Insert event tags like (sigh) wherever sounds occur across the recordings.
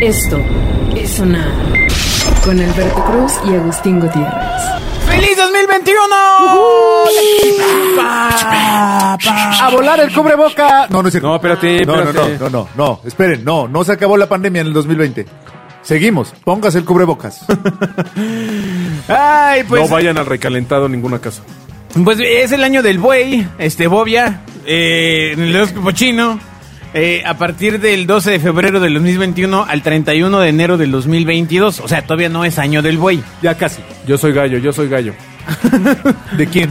Esto es sonar con Alberto Cruz y Agustín Gutiérrez. ¡Feliz 2021! Pa, pa. ¡A volar el cubreboca! No, no es cierto. No, espérate, No, no, no, espérate. no, no, no. Esperen, no, no se acabó la pandemia en el 2020. Seguimos, póngase el (laughs) cubrebocas. Ay, pues, no vayan al recalentado en ninguna casa. pues es el año del buey, este Bobia, eh, en el horóscopo chino. eh, a partir del 12 de febrero del 2021 al 31 de enero del 2022. O sea, todavía no es año del buey. ya casi. Yo soy gallo, yo soy gallo. ¿De quién?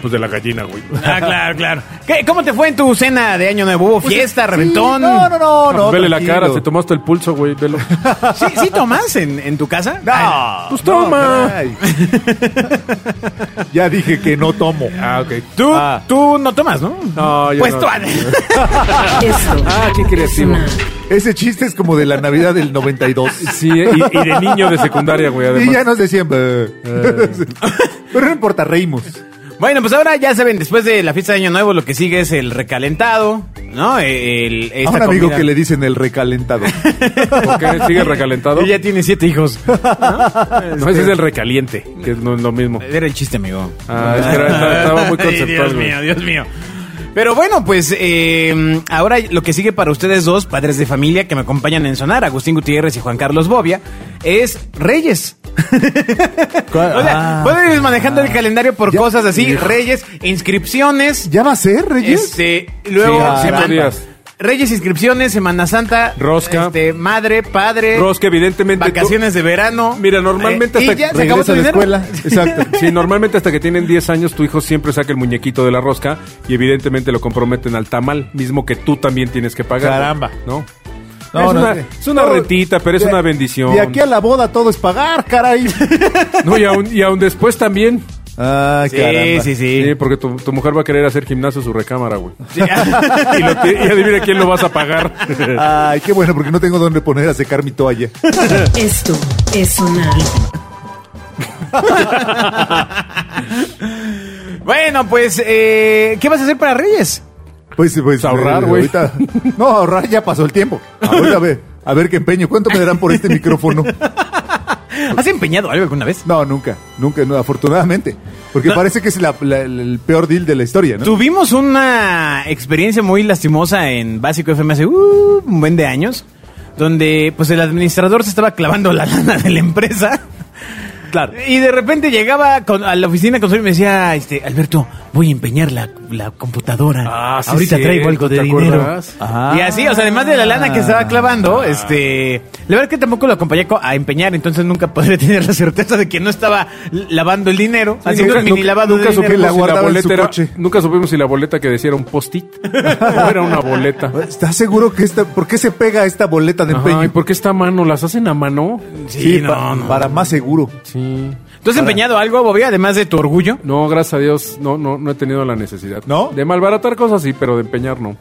Pues de la gallina, güey. Ah, claro, claro. ¿Qué- ¿Cómo te fue en tu cena de año nuevo? ¿Hubo fiesta, reventón? Sí, no, no, no, no. Vele la tranquilo. cara, se tomó hasta el pulso, güey, (laughs) velo. ¿Sí, sí tomás en, en tu casa? Ah, No, Pues no, toma. caray. (laughs) ya dije que no tomo. Ah, ok. Tú, Ah. tú no tomas, ¿no? No, yo pues no. tú. (laughs) Esto Ah, qué es creativo. sonar. Ese chiste es como de la Navidad del 92. Sí, y, y de niño de secundaria, güey, Y ya además. Eh. nos decían. (laughs) "Bah". Pero no importa, reímos. Bueno, pues ahora ya saben, después de la fiesta de Año Nuevo, lo que sigue es el recalentado, ¿no? E, El, A esta un amigo comida. que le dicen el (laughs) recalentado. ¿Por qué? ¿Sigue recalentado? Ella tiene siete (laughs) hijos. No, ese es el recaliente, que no es lo mismo. Era el chiste, amigo. Ah, es que (laughs) era- estaba- estaba muy Ay, conceptual, Dios güey. mío, Dios mío. Pero bueno, pues eh, ahora lo que sigue para ustedes dos, padres de familia que me acompañan en Sonar, Agustín Gutiérrez y Juan Carlos Bobia, es Reyes. O Ah. sea, pueden ir manejando el calendario por Ah. Ya- cosas así, Reyes, inscripciones, ¿Ya va a ser, Reyes? este, luego Sí, ah, Semana- cinco días. Reyes, inscripciones, Semana Santa, Rosca. este, madre, padre, Rosca, evidentemente. tú- vacaciones de verano. Eh, Mira, normalmente y hasta ya se acabó Regresa tu a la dinero. escuela. Exacto. (laughs) Sí, normalmente hasta que tienen 10 años tu hijo siempre saca el muñequito de la rosca y evidentemente lo comprometen al tamal, mismo que tú también tienes que pagar. Caramba. ¿No? No, es, no, una, no. es una Todo- retita, pero es de- una bendición. De aquí a la boda todo es pagar, caray. No, y aún, y aún después también. Ah, Sí, caramba. sí, sí. Sí, porque tu, tu mujer va a querer hacer gimnasio en su recámara, güey. Sí. (laughs) Y, lo ti- y adivina quién lo vas a (laughs) pagar. Ay, qué bueno, porque no tengo dónde poner a secar mi toalla. Esto es sonar. (laughs) Bueno, pues, eh, ¿qué vas a hacer para Reyes? Pues, pues. ahorrar, eh, güey. ahorita- No, ahorrar ya pasó el tiempo. Ahorita a ver, a ver qué empeño. ¿Cuánto me darán por este micrófono? ¿Has empeñado algo alguna vez? No, nunca, nunca, no, afortunadamente. Porque parece que es la- la- el peor deal de la historia, ¿no? Tuvimos una experiencia muy lastimosa en Básico FM hace uh, un buen de años, donde pues el administrador se estaba clavando la (laughs) lana de la empresa. Claro. Y de repente llegaba con- a la oficina con su y me decía, este, Alberto, voy a empeñar la, la computadora. Ah, sí, Ahorita sí, traigo algo ¿te de dinero. acuerdas? Ah. Y así, o sea, además de la lana que estaba clavando, este, la verdad que tampoco lo acompañé co- a empeñar, entonces nunca podré (laughs) tener la certeza de que no estaba l- lavando el dinero, haciendo un mini lavado de nunca dinero. supimos La si la guardaba en boleta su era- coche. Nunca supimos si la boleta que decía era un post-it (laughs) o era (laughs) una boleta. ¿Estás seguro que esta, por qué se pega esta boleta de empeño? Ajá, ¿Y por qué está a mano? ¿Las hacen a mano? Sí, Sí, no, pa- no. para más seguro. Sí. ¿Tú has empeñado algo, Bobby, además de tu orgullo? No, gracias a Dios, no, no, no he tenido la necesidad. ¿No? De malbaratar cosas sí, pero de empeñar no.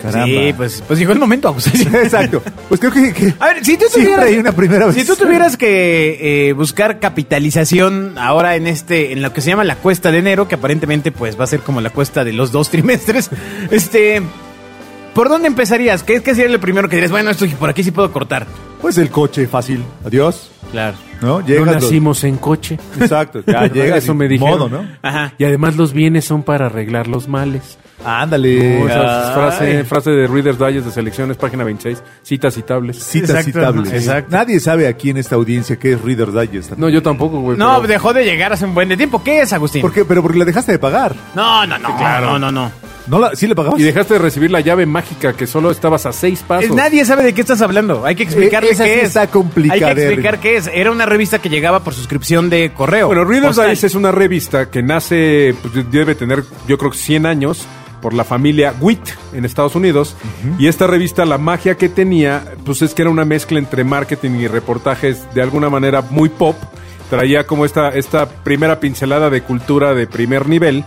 Caramba. Sí, pues, pues llegó el momento, Agustín. (laughs) Exacto. Pues creo que, que (laughs) A ver, si tú siempre tuvieras, hay una primera vez. si tú tuvieras que eh, buscar capitalización ahora en este, en lo que se llama la cuesta de enero, que aparentemente pues va a ser como la cuesta de los dos (laughs) trimestres, este, ¿por dónde empezarías? ¿Qué, qué sería lo primero que dirías? Bueno, esto por aquí sí puedo cortar. Pues el coche, fácil. Adiós. Claro. ¿No? Llegas. no los- nacimos en coche. Exacto. Ya llegas. (laughs) Eso y me dijeron. Modo, ¿no? Ajá. Y además los bienes son para arreglar los males. Ándale. O sea, es ay. frase, frase de Reader's Digest de selecciones, página 26, citas citables. Citas Exacto. citables. Exacto. Nadie sabe aquí en esta audiencia qué es Reader Digest. No, yo tampoco, güey. No, pero- dejó de llegar hace un buen de tiempo. ¿Qué es, Agustín? ¿Por qué? Pero porque la dejaste de pagar. No, no, no, no, no, no. ¿No la, ¿Sí le pagabas? Y dejaste de recibir la llave mágica que solo estabas a seis pasos. Es- nadie sabe de qué estás hablando. Hay que explicarle Eh, esa qué sí es. está Hay complicadérrima. que explicar qué es. Era una revista que llegaba por suscripción de correo. Bueno, Reader's Postal. Digest es una revista que nace, pues, debe tener, yo creo que 100 años, por la familia Witt en Estados Unidos. Y esta revista, la magia que tenía, pues es que era una mezcla entre marketing y reportajes de alguna manera muy pop. Traía como esta, esta primera pincelada de cultura de primer nivel.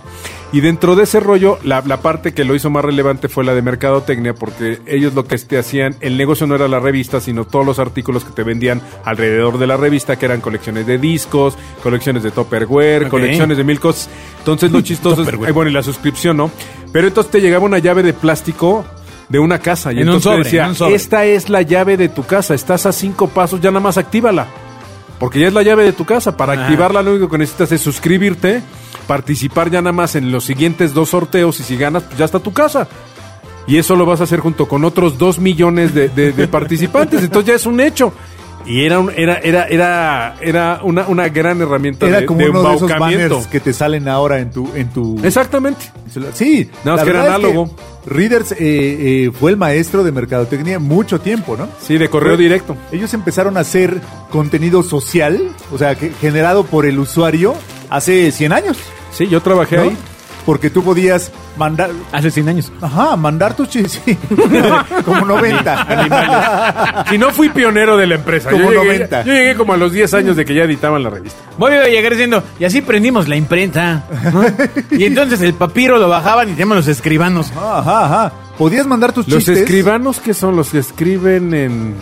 Y dentro de ese rollo, la, la parte que lo hizo más relevante fue la de mercadotecnia, porque ellos lo que te hacían, el negocio no era la revista, sino todos los artículos que te vendían alrededor de la revista, que eran colecciones de discos, colecciones de Tupperware, Ok. colecciones de mil cosas. (laughs) Entonces, lo chistoso es, Tupperware. eh, bueno, y la suscripción, ¿no? Pero entonces te llegaba una llave de plástico de una casa. Y En un entonces te sobre, decía, en un sobre. esta es la llave de tu casa, estás a cinco pasos, ya nada más actívala. Porque ya es la llave de tu casa. Para Ajá. activarla lo único que necesitas es suscribirte, participar ya nada más en los siguientes dos sorteos y si ganas, pues ya está tu casa. Y eso lo vas a hacer junto con otros dos millones de, de- de participantes. Entonces ya es un hecho. Y era un- era, era, era, era una, una gran herramienta Era de, como de uno de esos embaucamiento. banners que te salen ahora en tu... En tu Exactamente. celular. Sí. Nada más la que era verdad es análogo. Readers eh, eh, fue el maestro de mercadotecnia mucho tiempo, ¿no? Sí, de correo Fue- directo. Ellos empezaron a hacer contenido social, o sea, que- generado por el usuario hace 100 años. Sí, yo trabajé ¿no? ahí. Porque tú podías mandar... Hace 100 años. Ajá, mandar tus (laughs) chistes. como 90. Y no fui pionero de la empresa. Como yo, llegué, 90. yo llegué como a los 10 años de que ya editaban la revista. Voy a llegar diciendo, y así prendimos la imprenta. (laughs) ¿no? Y entonces el papiro lo bajaban y teníamos los escribanos. (laughs) Ajá, ajá. Podías mandar tus Los chistes. escribanos que son los que escriben en...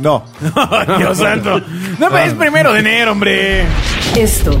No. ¡Oh, (laughs) Dios santo. No, pero es Ah. primero de enero, hombre. Esto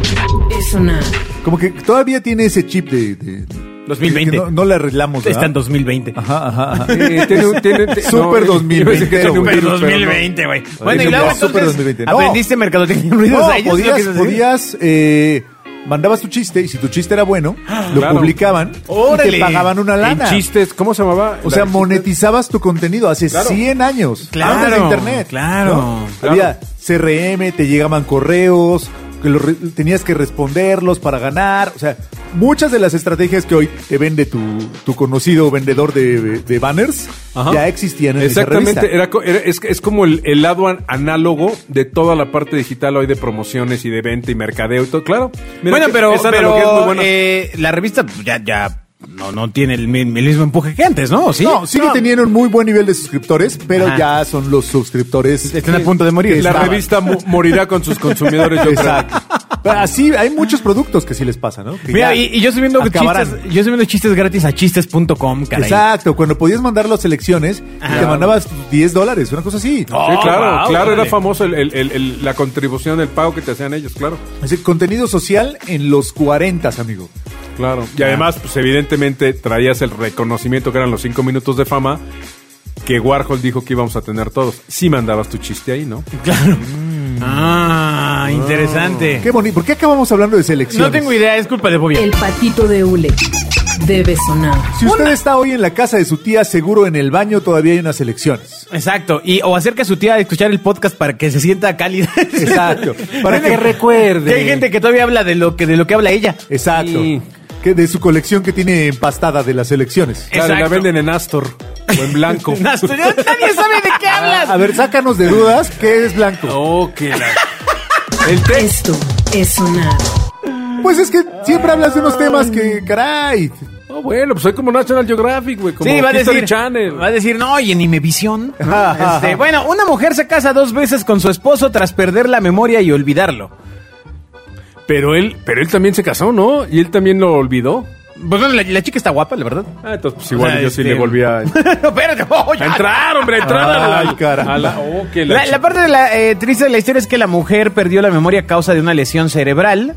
es sonar. Como que todavía tiene ese chip de. de- 2020. que No, no le arreglamos. Está en ¿verdad? Ah, 2020. Ajá, ajá, ajá. Eh, tiene- tiene- te- Súper no, iba a decir 2020. que tiene un Pero güey. virus, pero 2020, güey. Bueno, y Dice, luego Ah, no, súper entonces 2020. No. aprendiste mercadotecnia en ruidos No, a ellos, podías, es lo que se dice. podías eh, mandabas tu chiste y si tu chiste era bueno, lo Claro. publicaban y Órale. te pagaban una En lana. chistes, ¿cómo se llamaba? O sea, La- monetizabas tu contenido hace 100 años. Claro, antes de internet. claro, claro. Había CRM, te llegaban correos, que los re- tenías que responderlos para ganar. O sea, muchas de las estrategias que hoy te vende tu, tu conocido vendedor de, de banners Ajá. ya existían en esa revista. Exactamente, era, co- era- es, es como el, el lado an- análogo de toda la parte digital hoy de promociones y de venta y mercadeo y todo, claro. Mira, bueno, que- pero, esa pero, analogía es muy buena. eh, la revista ya, ya no, no tiene el, mi- el mismo empuje que antes, ¿no? ¿O ¿Sí? (laughs) No, sigue No. teniendo un muy buen nivel de suscriptores, pero Ajá. ya son los suscriptores. Están a punto de morir. que la estaban. revista mu- morirá con sus consumidores, (laughs) yo creo. Exacto. Pero así hay muchos productos que sí les pasa, ¿no? Que Mira, ya y, y yo estoy viendo acabarán. chistes, yo estoy viendo chistes gratis a chistes.com, caray. Exacto, cuando podías mandar las elecciones, Ajá. y te mandabas 10 dólares, una cosa así. Oh, Sí, claro, wow, claro, órale. era famoso el- el- el- el- la contribución, el pago que te hacían ellos, claro. Es decir, contenido social en los 40, amigo. Claro. Ah. Y además, pues evidentemente traías el reconocimiento que eran los cinco minutos de fama que Warhol dijo que íbamos a tener todos. Si mandabas tu chiste ahí, ¿no? Claro. Ah, interesante. Oh, Qué bonito. ¿Por qué acabamos hablando de selecciones? No tengo idea, es culpa de Bobia. El patito de hule debe sonar. Si usted está hoy en la casa de su tía, seguro en el baño todavía hay unas elecciones. Exacto, y o acerca a su tía a escuchar el podcast para que se sienta cálida. (laughs) Exacto. Para que Que hay gente que todavía habla de lo que de lo que habla ella. Exacto. Sí. Que de su colección que tiene empastada de las elecciones. Claro, y la Exacto. venden en Astor o (laughs) en blanco. Nastor, ya Nadie sabe de qué A hablas. ver, sácanos de dudas, ¿qué es blanco? Oh, que la- El té. Esto es sonar. Pues es que siempre hablas de unos temas que, caray. Oh, bueno, pues soy como National Geographic, güey. Como Sí, va a History decir, Channel. va a decir, no, y en (laughs) Imevisión. Este, bueno, una mujer se casa dos veces con su esposo tras perder la memoria y olvidarlo. Pero él, pero él también se casó, ¿no? Y él también lo olvidó. Pues bueno, la, la chica está guapa, la verdad. Ah, entonces pues igual O sea, yo sí este- le (laughs) volví a, No, (laughs) espérate. oh, a ya. entrar, hombre, a entrar a la- Ay, caramba. a la- oh, que la La, la chi- parte de la, eh, triste de la historia es que la mujer perdió la memoria a causa de una lesión cerebral.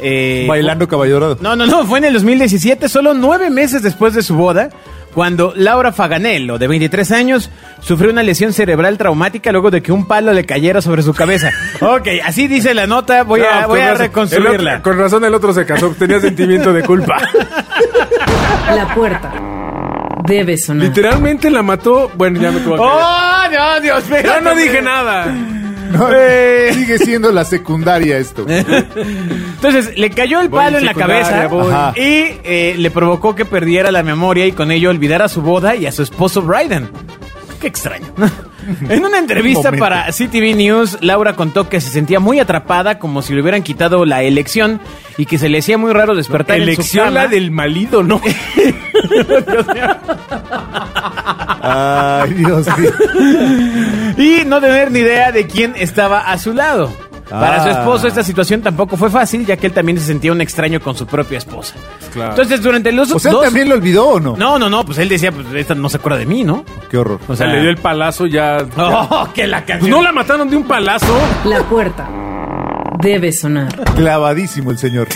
Eh, Bailando caballorado. No, no, no, fue en el 2017, solo nueve meses después de su boda, cuando Laura Faganello, de 23 años, sufrió una lesión cerebral traumática luego de que un palo le cayera sobre su (laughs) cabeza. Ok, así dice la nota, voy No, a, con voy a razón- reconstruirla. el otro- con razón el otro se casó, tenía sentimiento (laughs) de culpa. (laughs) La puerta debe sonar. Literalmente la mató. Bueno, ya me tuvo que ¡Oh, no, Dios mío! Yo no dije nada. No, Sigue siendo la secundaria esto. Entonces, le cayó el Voy palo en en la secundaria, cabeza voy. Ajá. y eh, le provocó que perdiera la memoria y con ello olvidara su boda y a su esposo Bryden. Qué extraño. (laughs) en una entrevista Momento. para CTV News, Laura contó que se sentía muy atrapada como si le hubieran quitado la elección y que se le hacía muy raro despertar en ¿eh? su Elección cama. la del malido, ¿no? Ay, Dios mío. (laughs) y no tener ni idea de quién estaba a su lado. Para su Ah. esposo esta situación tampoco fue fácil, ya que él también se sentía un extraño con su propia esposa. Claro. Entonces, durante los O sea, dos- ¿también lo olvidó o no? No, no, no, pues él decía, pues esta no se acuerda de mí, ¿no? Qué horror. O O sea, sea, le dio el palazo ya. Ah. (laughs) ¡Oh, que la Pues canción! no la mataron de un palazo. La puerta debe sonar. Clavadísimo el señor.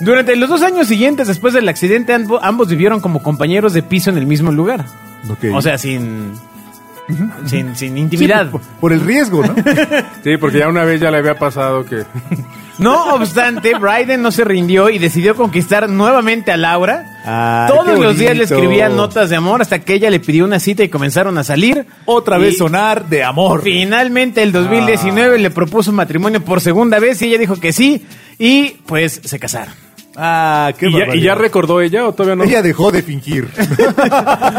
Durante los dos años siguientes después del accidente, ambo- ambos vivieron como compañeros de piso en el mismo lugar. Ok. O sea, sin, sin, sin Sí, intimidad. por, por el riesgo, ¿no? Sí, porque ya una vez ya le había pasado que. No obstante, Bryden no se rindió y decidió conquistar nuevamente a Laura. Ay, qué Todos los días le bonito. escribía notas de amor hasta que ella le pidió una cita y comenzaron a salir. Otra Y vez sonar de amor. (laughs) Finalmente, el 2019 Ah. le propuso matrimonio por segunda vez y ella dijo que sí. Y pues se casaron. Ah, qué (laughs) ¿Y ya, y ya barbaridad. recordó ella o todavía no? Ella dejó de fingir.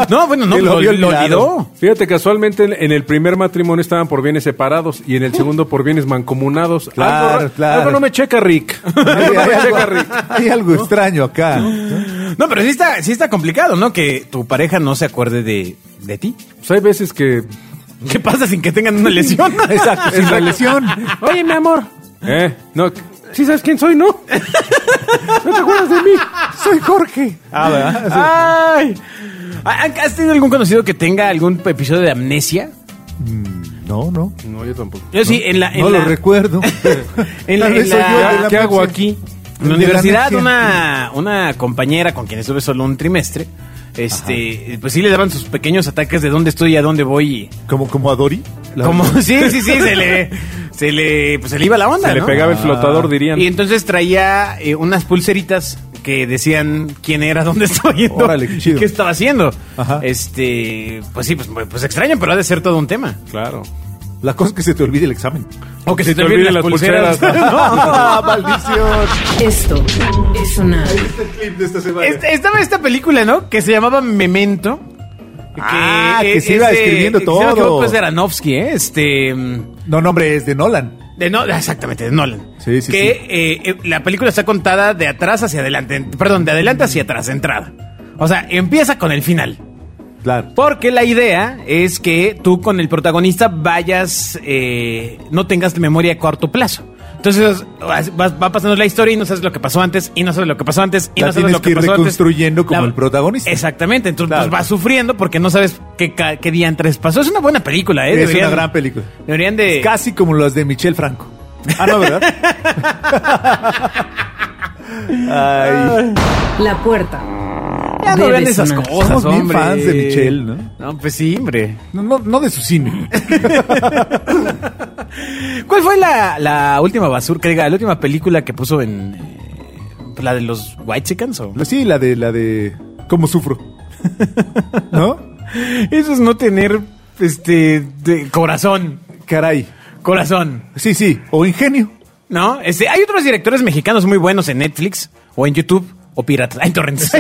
No, bueno, (laughs) no, Que lo lo, había lo olvidado. olvidó. Fíjate, casualmente en- en el primer matrimonio estaban por bienes separados y en Uh. el segundo por bienes mancomunados. Claro, algo, ra- claro. algo no me checa, Rick. Hay, Algo no me hay checa, algo, Rick. hay algo extraño acá. (laughs) No, pero sí está, sí está complicado, ¿no? Que tu pareja no se acuerde de, de ti. Pues hay veces que. ¿Qué pasa sin que tengan una lesión? (laughs) Exacto, sin la lesión. Oye, mi amor. ¿Eh? No. Sí sabes quién soy, ¿no? ¿No te acuerdas de mí? Soy Jorge. Ah, ¿verdad? Ah, ¡Ay! ¿Ha- ¿Has tenido algún conocido que tenga algún episodio de amnesia? No, no. No, yo tampoco. Yo sí, en la. En no la, lo recuerdo. En la- en Tal vez soy la- yo de ¿Qué hago Pepsi. aquí? En la De universidad, Pepsi. una, una compañera con quien estuve solo un trimestre, este, pues sí le daban sus pequeños ataques de dónde estoy y a dónde voy. ¿Como, como a Dory? Y, como, (laughs) sí, sí, sí, se le, se le, pues se le iba la onda, Se le ¿no? pegaba el flotador, dirían. Y entonces traía eh, unas pulseritas que decían quién era, (laughs) dónde estaba yendo, Órale, qué chido. y qué estaba haciendo. Ajá. Este, pues sí, pues, pues extraño, pero ha de ser todo un tema. Claro. La cosa es que se te olvide el examen. O que se, te, te olviden olviden las las pulseras. pulseras. ¡Ah, maldición! Esto es sonar. Este clip de esta semana. Est- Este, estaba esta película, ¿no? Que se llamaba Memento. Ah, que es- se iba es de- escribiendo si no me todo. equivoco, es de Aranofsky, ¿eh? Este. mm, No, no, hombre, es de Nolan. De no, exactamente, de Nolan. Sí, sí, Que sí. eh, eh, la película está contada de atrás hacia adelante. en- Perdón, de adelante hacia atrás, de entrada. O sea, empieza con el final. Claro. Porque la idea es que tú con el protagonista vayas, eh, no tengas memoria a corto plazo. Entonces vas- va, va pasando la historia y no sabes lo que pasó antes, y no sabes lo que pasó antes, y La no sabes tienes lo que, que ir pasó antes. reconstruyendo como el protagonista. Exactamente, entonces Claro. pues, vas sufriendo porque no sabes qué, ca- qué día antes pasó. Es una buena película, ¿eh? es Deberían- una gran película. Deberían de... Casi como las de Michel Franco. Ah, no, ¿verdad? Ay, La puerta Ya no vean debe esas sonar. cosas, Somos bien hombre. fans de Michelle, ¿no? No, pues sí, hombre. no, no, no de su cine. ¿Cuál fue la, la última basura, que diga, la última película que puso en... eh, la de los White Chickens o... Sí, la de, la de cómo sufro. ¿No? (laughs) Eso es no tener, este, de- corazón, Caray. corazón, Sí, sí. O ingenio. ¿no? Este, hay otros directores mexicanos muy buenos en Netflix o en YouTube o piratas, en (laughs) torrents. (laughs)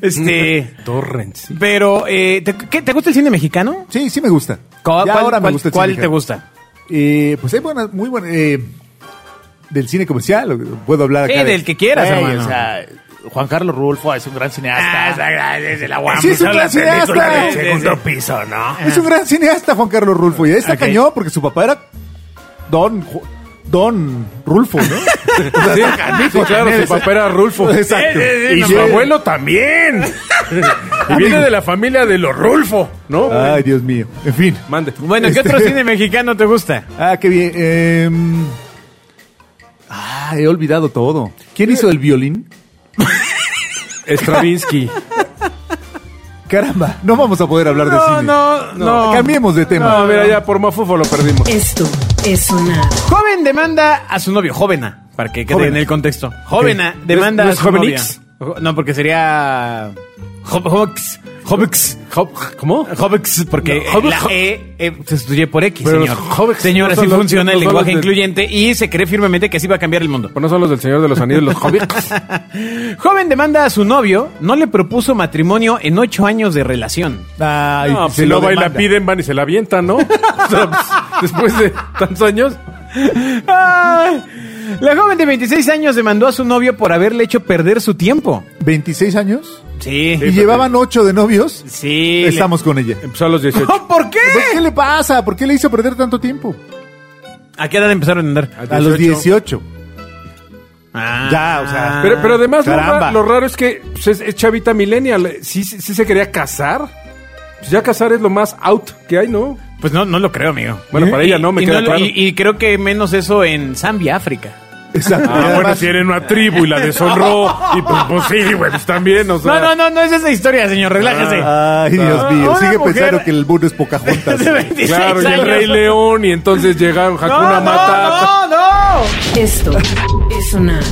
este, Torrents. pero, eh, ¿te, qué- te gusta el cine mexicano? Sí, sí me gusta. ¿Cuál, Ya cuál- ahora me cuál- gusta el cuál cine te ligero. gusta? Eh, pues hay buenas, muy buenas. eh, del cine comercial, ¿o puedo hablar Sí, acá. de- del que quieras, Güey, hermano. o sea, (laughs) Juan Carlos Rulfo es un gran Ah, cineasta. Ah, es de la guam. Sí, es Son un gran las películas cineasta. del segundo Segundo piso, ¿no? Es un gran cineasta, Juan Carlos Rulfo. Y ahí está Ok. cañón, porque su papá era Don. Ju- Don Rulfo, ¿no? (laughs) Sí, sí, claro, su papá era Rulfo. Exacto. Sí, sí, sí, Y no, su no. abuelo también. y viene de la familia de los Rulfo, ¿no? Ay, Dios mío. En fin. Mande. Bueno, ¿qué (laughs) otro cine mexicano te gusta? Ah, qué bien. eh, ah, he olvidado todo. ¿Quién hizo el violín? (laughs) Stravinsky. Caramba, no vamos a poder hablar de No, cine. no, no. Cambiemos de tema. No, mira, ya por mafufo lo perdimos. Esto es sonar. Joven demanda a su novio, Jovena, para que quede Jovena. en el contexto. Jovena Ok. demanda ¿No a es- su no es novia. Jovenix? Jo- No, porque sería... Job- Jobx. Jobx. Hob- ¿Cómo? Jobx, porque No, Jobx- la E eh, se sustituye por X, Pero señor. los Jobx señor, no así son los- funciona el no son lenguaje los de- incluyente y se cree firmemente que así va a cambiar el mundo. Pues no son los del Señor de los Anillos, los (laughs) hobbits. Joven demanda a su novio, no le propuso matrimonio en ocho años de relación. (laughs) Ay, No, se si no lo va y la demanda. piden, van y se la avientan, ¿no? (laughs) O sea, pues, después de tantos años. Ah, La joven de 26 años demandó a su novio por haberle hecho perder su tiempo. 26 años. Sí. y llevaban 8 de novios. Sí. le- Estamos con ella. Empezó a los 18. No, (laughs) ¿Por qué? ¿Pues ¿Qué le pasa? ¿Por qué le hizo perder tanto tiempo? ¿A qué edad empezaron a andar? A los 18. Ah. Ya, o sea, Pero, pero además, lo, Caramba. ra- lo raro es que pues, es, es chavita millennial. Sí, sí, sí se quería casar. Pues ya casar es lo más out que hay, ¿no? Pues no, no lo creo, amigo. Bueno, para Y- ella no, me y queda lo- claro. Y, y creo que menos eso en Zambia, África. Exacto. Ah, bueno, tienen una tribu y la deshonró. (laughs) Y pues, pues sí, güey, pues también, o sea. No, no, no, no es esa historia, señor, relájese. (laughs) Ay, Dios Ah, mío. una Sigue mujer- pensando que el mundo es Pocahontas. (laughs) De 26 Claro, y el años. Rey León, y entonces llegaron No, Hakuna no, Matata. no, no. Esto es sonar.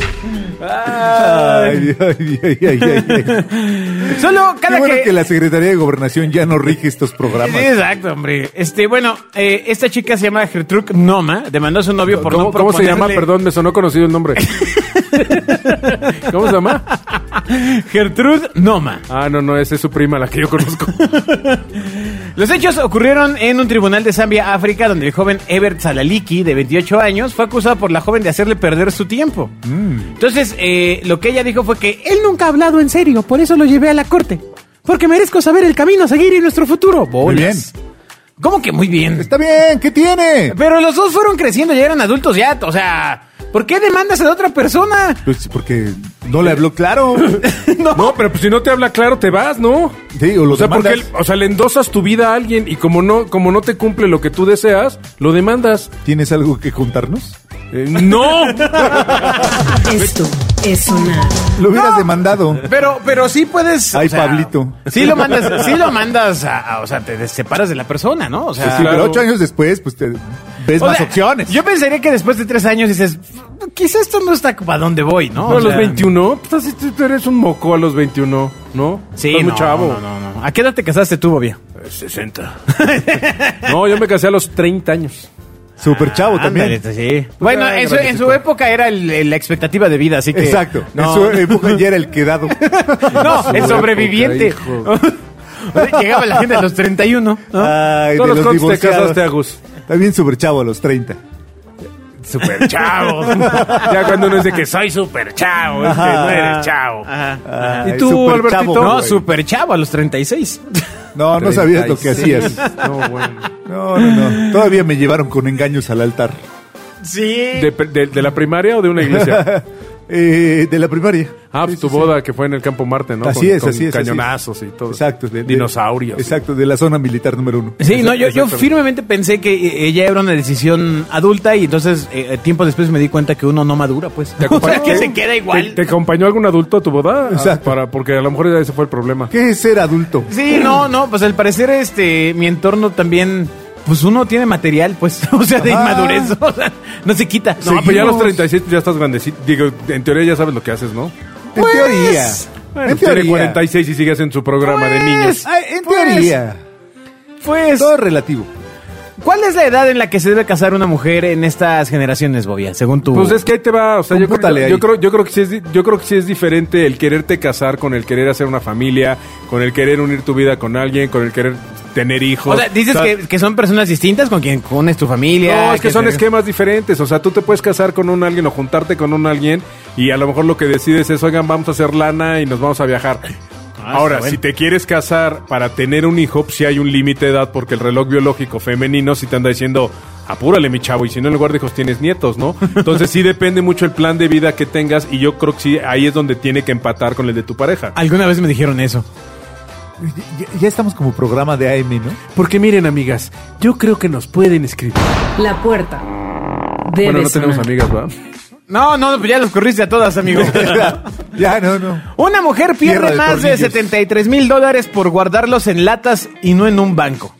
Ay, ay, ay, ay, ay, ay. Solo Qué cada bueno que... que... la Secretaría de Gobernación ya no rige estos programas. Sí, exacto, hombre. Este, bueno, eh, esta chica se llama Gertrude Noma, demandó a su novio por ¿Cómo, no cómo se llama? proponerle- (laughs) Perdón, me sonó conocido el nombre. ¿Cómo se llama? Gertrude Noma. Ah, no, no, esa es su prima, la que yo conozco. Los hechos ocurrieron en un tribunal de Zambia, África, donde el joven Ebert Salaliki, de 28 años, fue acusado por la joven de hacerle perder su tiempo. Mm. Entonces, eh, lo que ella dijo fue que él nunca ha hablado en serio, por eso lo llevé a la corte. Porque merezco saber el camino a seguir y nuestro futuro. Bolas. ¿Cómo que muy bien? Está bien, ¿qué tiene? Pero los dos fueron creciendo, ya eran adultos ya, o sea, ¿por qué demandas a otra persona? Pues porque no le habló claro. no. pero pues si no te habla claro, te vas, ¿no? Sí, o lo o sea, porque demandas. él- o sea, le endosas tu vida a alguien y como no, como no te cumple lo que tú deseas, lo demandas. ¿Tienes algo que contarnos? Eh, (laughs) ¡No! Esto es sonar. Lo hubieras demandado. Pero, pero sí puedes. Ay, Pablito. Sí lo mandas, sí lo mandas a, a- o sea, te des- separas de la persona, ¿no? O sea, Pues sí, claro. pero ocho años después, pues te ves o más sea, opciones. Yo pensaría que después de tres años dices, quizás esto no está para dónde voy, ¿no? No, O a los sea, 21. Pues así tú tú eres un moco a los 21, ¿no? Sí, Estás no, muy chavo. No, no, no. ¿A qué edad te casaste tú, Eh, Bobia? (laughs) 60. no, yo me casé a los 30 años. Súper chavo también. Ándale, sí. Bueno, Ah, en su, gracias, en su pues. época era el- el- la expectativa de vida, así que. Exacto. No, En su época ya era el quedado. no, su el sobreviviente. (laughs) época, Llegaba la gente a los 31. ¿no? Ay, Todos de los los cuantos te divorciados. casaste, Agus. También súper chavo a los 30. Super chavo. (laughs) ya cuando uno es de que soy super chavo, es que no eres chavo. Ajá. Ay, ¿Y tú, súper Albertito? chavo, No, güey. súper chavo, a los 36. No, no sabías lo que hacías. 36. No, bueno. No, no, no. Todavía me llevaron con engaños al altar. Sí. ¿De, de- de la primaria o de (laughs) una iglesia? Eh, de la primaria. Ah, pues tu boda que fue en el Campo Marte, ¿no? así Con- es, con así es. así es. Cañonazos y todo. Exacto. de- de- Dinosaurios. Exacto, de la zona militar número uno. Sí, no, yo, yo Exactamente. firmemente pensé que eh, ella era una decisión adulta y entonces eh, tiempo después me di cuenta que uno no madura, pues. ¿Te (laughs) O sea, acompañó- que se queda igual. ¿Te, te acompañó algún adulto a tu boda? Ah, Exacto. Para, porque a lo mejor ese fue el problema. ¿Qué es ser adulto? Sí, no, no, pues al parecer este, mi entorno también, pues uno tiene material, pues, (laughs) o sea, de Ajá. inmadurez, (laughs) o sea, no se quita. No, pero ya a los Seguimos. 37 pues, ya estás grandecito. Digo, en teoría ya sabes lo que haces, ¿no? En teoría. Bueno, en pues tiene teoría. 46 y sigues en su programa de niños. Ay, en Pues, teoría. Pues, Todo es relativo. ¿cuál es la edad en la que se debe casar una mujer en estas generaciones, Bobia, según tu... Pues es que ahí te va, o sea, yo creo, Compútale yo, ahí. creo, yo creo que sí es, di- yo creo que sí es diferente el quererte casar con el querer hacer una familia, con el querer unir tu vida con alguien, con el querer tener hijos. O sea, dices O sea, que, que son personas distintas con quien unes tu familia. No, es que son te- esquemas diferentes. O sea, tú te puedes casar con un alguien o juntarte con un alguien y a lo mejor lo que decides es, oigan, vamos a hacer lana y nos vamos a viajar. Ahora, si te quieres casar para tener un hijo, si hay un límite de edad porque el reloj biológico femenino si te anda diciendo, apúrale mi chavo, y si no en lugar de hijos tienes nietos, ¿no? Entonces sí depende mucho el plan de vida que tengas y yo creo que sí, ahí es donde tiene que empatar con el de tu pareja. Alguna vez me dijeron eso. Ya, ya estamos como programa de AM, ¿no? Porque miren, amigas, yo creo que nos pueden escribir. La puerta debe Bueno, no tenemos sonar. amigas, ¿verdad? No, no, pues ya los corriste a todas, amigo. (laughs) (laughs) ya, no, no. Una mujer Tierra pierde de más de tornillos. 73 mil dólares por guardarlos en latas y no en un banco.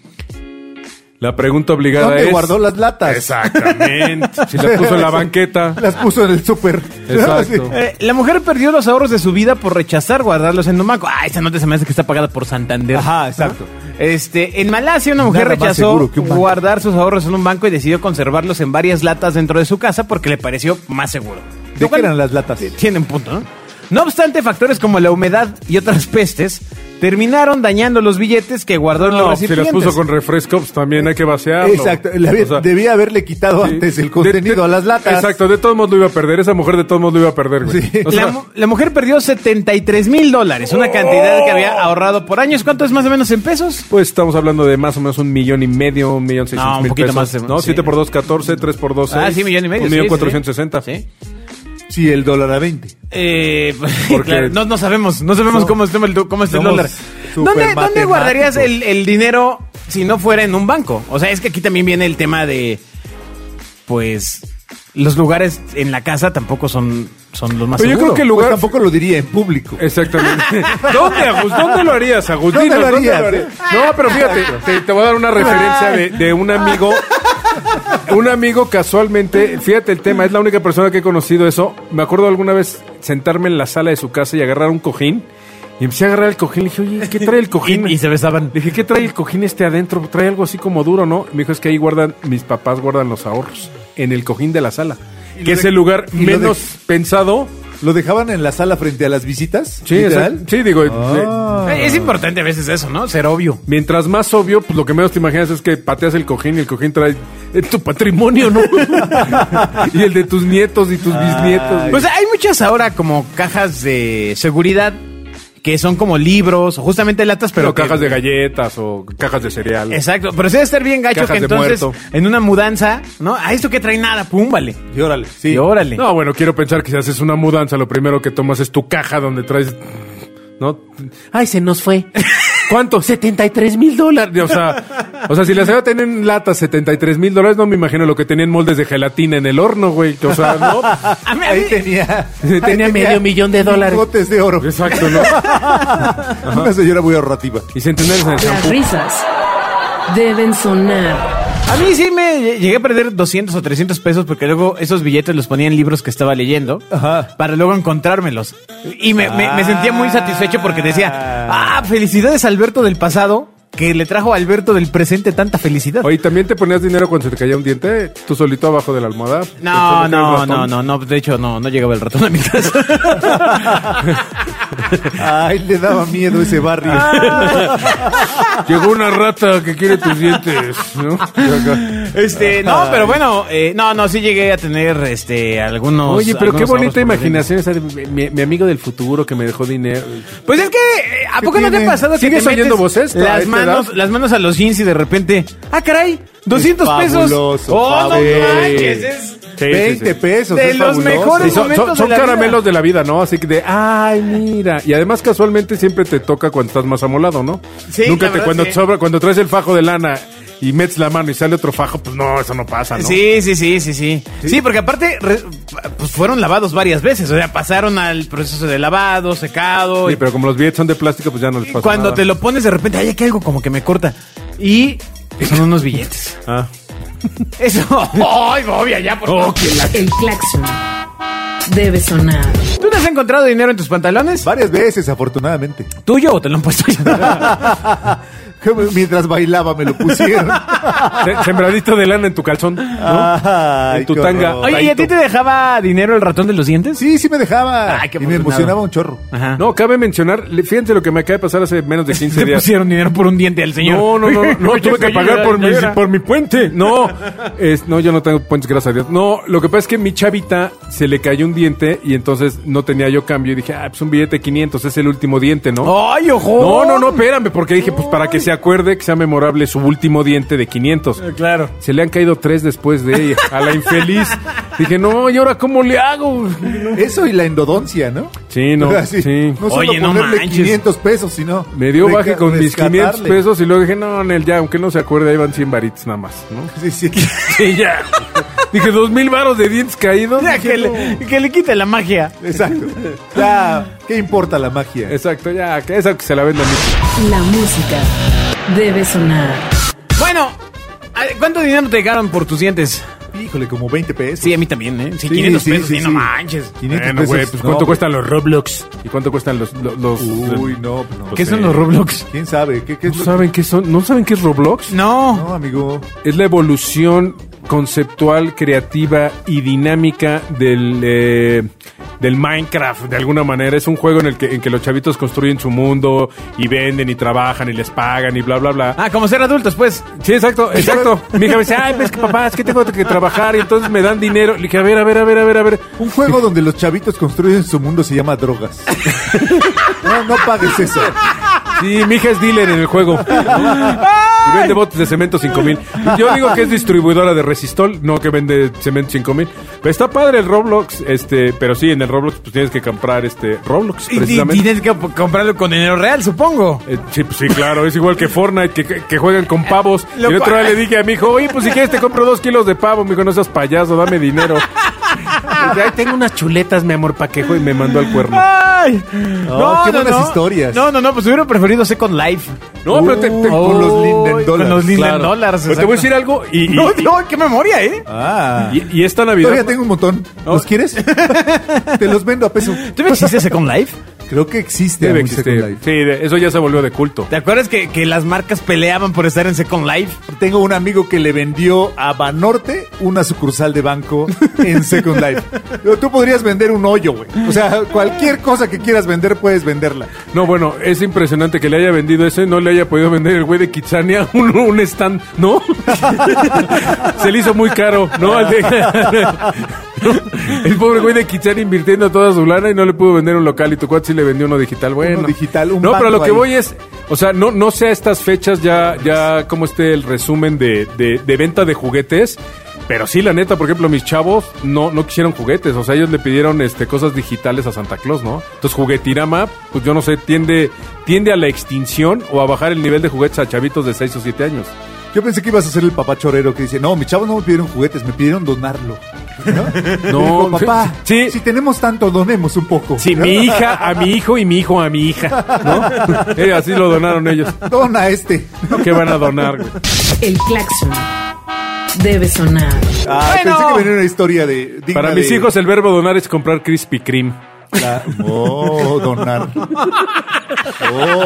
La pregunta obligada ¿Dónde es... guardó las latas? Exactamente. Si las puso en la banqueta. (laughs) Las puso en el súper. (laughs) Exacto. Eh, la mujer perdió los ahorros de su vida por rechazar guardarlos en un banco. Ah, esa nota se me hace que está pagada por Santander. Ajá, exacto. Este, en Malasia una mujer Nada más rechazó seguro que un banco. guardar sus ahorros en un banco y decidió conservarlos en varias latas dentro de su casa porque le pareció más seguro. ¿De qué eran las latas? Tienen punto, ¿no? No obstante, factores como la humedad y otras pestes terminaron dañando los billetes que guardó en los No, si las recipientes. puso con refresco, pues también hay que vaciarlo. Exacto. Le había- O sea, debía haberle quitado sí. antes el De- contenido de- a las latas. Exacto, de todos modos lo iba a perder. Esa mujer de todos modos lo iba a perder, güey. Sí. O sea, la, mu- la mujer perdió 73 mil dólares, una cantidad que había ahorrado por años. ¿Cuánto es más o menos en pesos? pues estamos hablando de más o menos un millón y medio, un millón seiscientos un mil poquito pesos, más, ¿no? sí. Siete por dos, catorce. Tres por dos, Ah, Pues seis. sí, millón y medio. Un sí, millón sí, cuatrocientos sesenta. Sí. Sí. Sí, el dólar a 20. Eh, (laughs) pues, Porque- claro, no, no sabemos, no sabemos So- cómo está el, du- cómo está el somos dólar. súper ¿Dónde, dónde matemáticos. guardarías el, el dinero si no fuera en un banco. O sea, es que aquí también viene el tema de, pues, los lugares en la casa tampoco son, son los más Pero yo seguros. creo que Pues el lugar- tampoco lo diría en público. (laughs) Exactamente. ¿Dónde, Agus? ¿Dónde lo harías, Agustín? ¿Dónde lo harías? No, pero fíjate, te, te voy a dar una referencia de, de un amigo. Un amigo casualmente, fíjate el tema, es la única persona que he conocido eso. Me acuerdo alguna vez sentarme en la sala de su casa y agarrar un cojín. Y empecé a agarrar el cojín, le dije, oye, ¿qué trae el cojín? Y- y se besaban. Le dije, ¿qué trae el cojín este adentro? Trae algo así como duro, ¿no? Me dijo, es que ahí guardan, mis papás guardan los ahorros, en el cojín de la sala. Que es el lugar y lo de- menos pensado. ¿Lo dejaban en la sala frente a las visitas? Sí, literal? exact- sí, digo, eh, Ah. Eh, Es importante a veces eso, ¿no? Ser obvio. Mientras más obvio, pues lo que menos te imaginas es que pateas el cojín y el cojín trae eh, tu patrimonio, ¿no? (laughs) y el de tus nietos y tus bisnietos. Pues hay muchas ahora como cajas de seguridad que son como libros o justamente latas, pero, pero que- cajas de galletas o cajas de cereal. Exacto, pero sí debe estar bien gacho Cajas que de entonces muerto. en una mudanza, ¿no? A esto que trae nada, pum, vale. Y órale, sí. Y órale. No, bueno, quiero pensar que si haces una mudanza, lo primero que tomas es tu caja donde traes. ¿No? Ay, se nos fue. ¿Cuánto? 73 mil dólares. O sea, o sea, si las iba a tener en latas 73 mil dólares, no me imagino lo que tenían moldes de gelatina en el horno, güey. O sea, no. A mí- a Ahí mí- tenía, (laughs) Tenía medio millón de dólares. Lingotes de oro. Exacto, ¿no? Una señora muy ahorrativa. Y centenares en el Las champú. risas deben sonar. a mí sí me lle- llegué a perder 200 o 300 pesos porque luego esos billetes los ponía en libros que estaba leyendo Ajá. para luego encontrármelos. Y me, me- me sentía muy satisfecho porque decía, ah, felicidades Alberto del pasado que le trajo a Alberto del presente tanta felicidad. Oye, ¿también te ponías dinero cuando se te caía un diente? ¿Tú solito abajo de la almohada? No, no, no, Pensando no, no, de hecho no, no llegaba el ratón a mi casa. (laughs) Ay, le daba miedo ese barrio. Ah. que era un ratón. Llegó una rata que quiere tus dientes, ¿no? Este, no, pero bueno, eh, no, no, sí llegué a tener este algunos. Oye, pero qué algunos ahorros bonita por ahí. imaginación esa de mi, mi- mi amigo del futuro que me dejó dinero. Pues es que, eh, ¿a ¿Qué poco no te tiene? ha pasado que te ¿Sigues metes oyendo voces a las esta manos, edad? las manos a los jeans y de repente, ah, caray, 200 Es pesos. fabuloso, oh, no fabuloso. manches, es- 20 pesos. De es los fabuloso. mejores Y son momentos son- son de la caramelos vida. de la vida, ¿no? Así que de, ay, mira. Y además casualmente siempre te toca cuando estás más amolado, ¿no? Sí, la Nunca te, verdad, cuando sí. te sobra, cuando traes el fajo de lana y metes la mano y sale otro fajo, pues no, eso no pasa, ¿no? Sí, sí, sí, sí, sí. Sí, porque aparte, re- pues fueron lavados varias veces, o sea, pasaron al proceso de lavado, secado. Sí, y- pero como los billetes son de plástico, pues ya no les pasa cuando nada. te lo pones de repente, ay, aquí hay algo como que me corta. Y son unos billetes. Ah. (laughs) Eso. ¡Ay, Bobia, ya, por favor! El claxon debe sonar. ¿Tú te has encontrado dinero en tus pantalones? Varias veces, afortunadamente. ¿Tuyo o te lo han puesto yo? Mientras bailaba me lo pusieron. Se- Sembradito de lana en tu calzón, ¿no? Ah. Ay, En tu qué tanga. horror. (laughs) Oye, ¿y a ti te dejaba dinero el ratón de los dientes? Sí, sí me dejaba. Ay, qué y me afortunado. emocionaba un chorro. Ajá. No, cabe mencionar, le- fíjense lo que me acaba de pasar hace menos (laughs) de 15 Te días. pusieron dinero por un diente al pues, señor. No, no, no, (laughs) no, no, Oye, tuve que oye, pagar por ya mi, era. por mi puente. No, es- no, yo no tengo puentes, gracias a Dios. No, lo que pasa es que mi chavita se le cayó un diente y entonces no tenía yo cambio. Y dije, ah, pues un billete de 500, es el último diente, ¿no? ¡Ay, ojo! No, no, no, espérame, porque dije, pues para que se acuerde, que sea memorable su último diente de 500. Eh, Claro. Se le han caído tres después de ella, a la infeliz. Dije, no, ¿y ahora cómo le hago? Eso y la endodoncia, ¿no? Sí, (laughs) no, Así, sí. No solo Oye, no ponerle manches. 500 pesos, sino. Me dio reca- baje con mis 500 rescatarle. pesos y luego dije, no, en el ya, aunque no se acuerde, ahí van 100 varitos nada más, ¿no? (laughs) Sí, sí. (laughs) Sí, ya. dije, dos mil varos de dientes caídos. Mira, Dije, que, no. le, que le quite la magia. Exacto. Ya, ¿qué importa la magia? Exacto, ya, que esa que se la venda a mí. La música debe sonar. Bueno, a ver, ¿cuánto dinero te llegaron por tus dientes? Híjole, como 20 pesos. Sí, a mí también, ¿eh? Sí, Sí, 500 sí, pesos, sí, sí, no sí. manches. 500 Bueno, güey, pesos, pues no, ¿cuánto pues- cuestan los Roblox? ¿Y cuánto cuestan los... los, los- Uy, no, pues, no. ¿Qué sé. son los Roblox? ¿Quién sabe? ¿Qué, qué es ¿No lo- saben qué son? ¿No saben qué es Roblox? No. No, amigo. Es la evolución conceptual, creativa y dinámica del, eh, del Minecraft, de alguna manera. Es un juego en el que, en que los chavitos construyen su mundo y venden y trabajan y les pagan y bla, bla, bla. Ah, como ser adultos, pues. Sí, exacto, exacto. Mi hija me dice, ay, pues que papá, es que tengo que trabajar y entonces me dan dinero. Le dije, a ver, a ver, a ver, a ver, a ver. Un juego donde (laughs) los chavitos construyen su mundo se llama drogas. No, no pagues eso. Sí, mi hija es dealer en el juego. Y vende botes de cemento 5000. Yo digo que es distribuidora de Resistol, no que vende cemento 5000. Pero está padre el Roblox, este, pero sí, en el Roblox pues tienes que comprar este Roblox Y- Y, precisamente. tienes que op- comprarlo con dinero real, supongo. Eh, sí, pues sí, claro, es igual que Fortnite, que- que, que juegan (laughs) con pavos. Lo y el otro día cual- le dije a mi hijo, oye, pues si quieres te compro dos kilos de pavo. Me dijo, no seas payaso, dame dinero. Ahí tengo unas chuletas, mi amor, pa' que Quejo y me mandó al cuerno. ¡Ay! qué buenas historias. No, no, no, pues hubiera preferido Second (laughs) Life. No, pero te, te- con los Linden Ay, Dollars. Con los Linden Uh, claro. Dollars. Pero te voy a decir exacto. algo y, y- No, (laughs) no, qué memoria, ¿eh? Ah. y- y esta Navidad... Todavía tengo un montón. ¿Los (laughs) quieres? Te los vendo a peso. ¿Tú existe Second Life? Creo que existe Debe un existir. Second Life. Sí, de- eso ya se volvió de culto. ¿Te acuerdas que, que las marcas peleaban por estar en Second (laughs) Life? Tengo un amigo que le vendió a Banorte una sucursal de banco en Second Life. (laughs) Pero Tú podrías vender un hoyo, güey. O sea, cualquier cosa que quieras vender, puedes venderla. No, bueno, es impresionante que le haya vendido eso y no le haya podido vender el güey de Kitsania (laughs) un, un stand, ¿no? Se le hizo muy caro, ¿no? (laughs) Al de- el pobre güey de Kitsania invirtiendo toda su lana y no le pudo vender un local y tu cuate sí le vendió uno digital, bueno. digital, un No, pero lo banco que ahí. voy es, o sea, no, no sé a estas fechas ya, ya cómo esté el resumen de, de- de venta de juguetes. Pero sí, la neta, por ejemplo, mis chavos no, no quisieron juguetes. O sea, ellos le pidieron este, cosas digitales a Santa Claus, ¿no? Entonces, Juguetirama, pues yo no sé, tiende, tiende a la extinción o a bajar el nivel de juguetes a chavitos de 6 o 7 años. Yo pensé que ibas a ser el papá chorero que dice, no, mis chavos no me pidieron juguetes, me pidieron donarlo. No, (laughs) No, Dijo, papá, sí. si tenemos tanto, donemos un poco. Sí, mi hija a mi hijo y mi hijo a mi hija, (laughs) ¿no? Eh, así lo donaron ellos. Dona este. ¿Qué van a donar, güey? El claxon debe sonar. Ah, Bueno. Pensé que venía una historia de... digna Para mis de- hijos el verbo donar es comprar Krispy Kreme. La- Oh, (laughs) donar.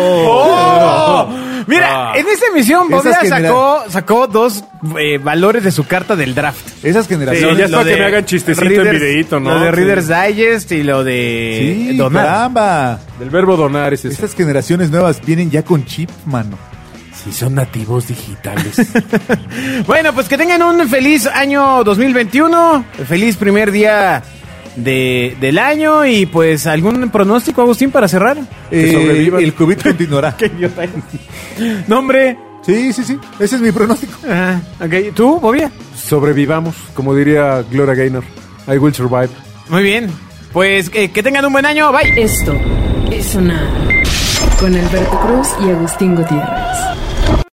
¡Oh! Mira, Ah. en esa emisión Esas Bobia que, mira. sacó, sacó dos eh, valores de su carta del draft. Esas Sí, generaciones... ya es para que me hagan chistecito en videíto, ¿no? Lo de Sí. Reader's Digest y lo de Sí, Donar. caramba. El verbo donar es ese. Estas generaciones nuevas vienen ya con chip, mano. Si son nativos digitales. (laughs) Bueno, pues que tengan un feliz año 2021. Feliz primer día de- del año. Y pues, ¿algún pronóstico, Agustín, para cerrar? Que Eh, sobrevivan. el COVID (laughs) continuará. Nombre. Sí, sí, sí. Ese es mi pronóstico. Ajá, ok. ¿Tú, Bobia? Sobrevivamos, como diría Gloria Gaynor. I will survive. Muy bien. Pues que, que tengan un buen año. Bye. Esto es sonar. Con Alberto Cruz y Agustín Gutiérrez.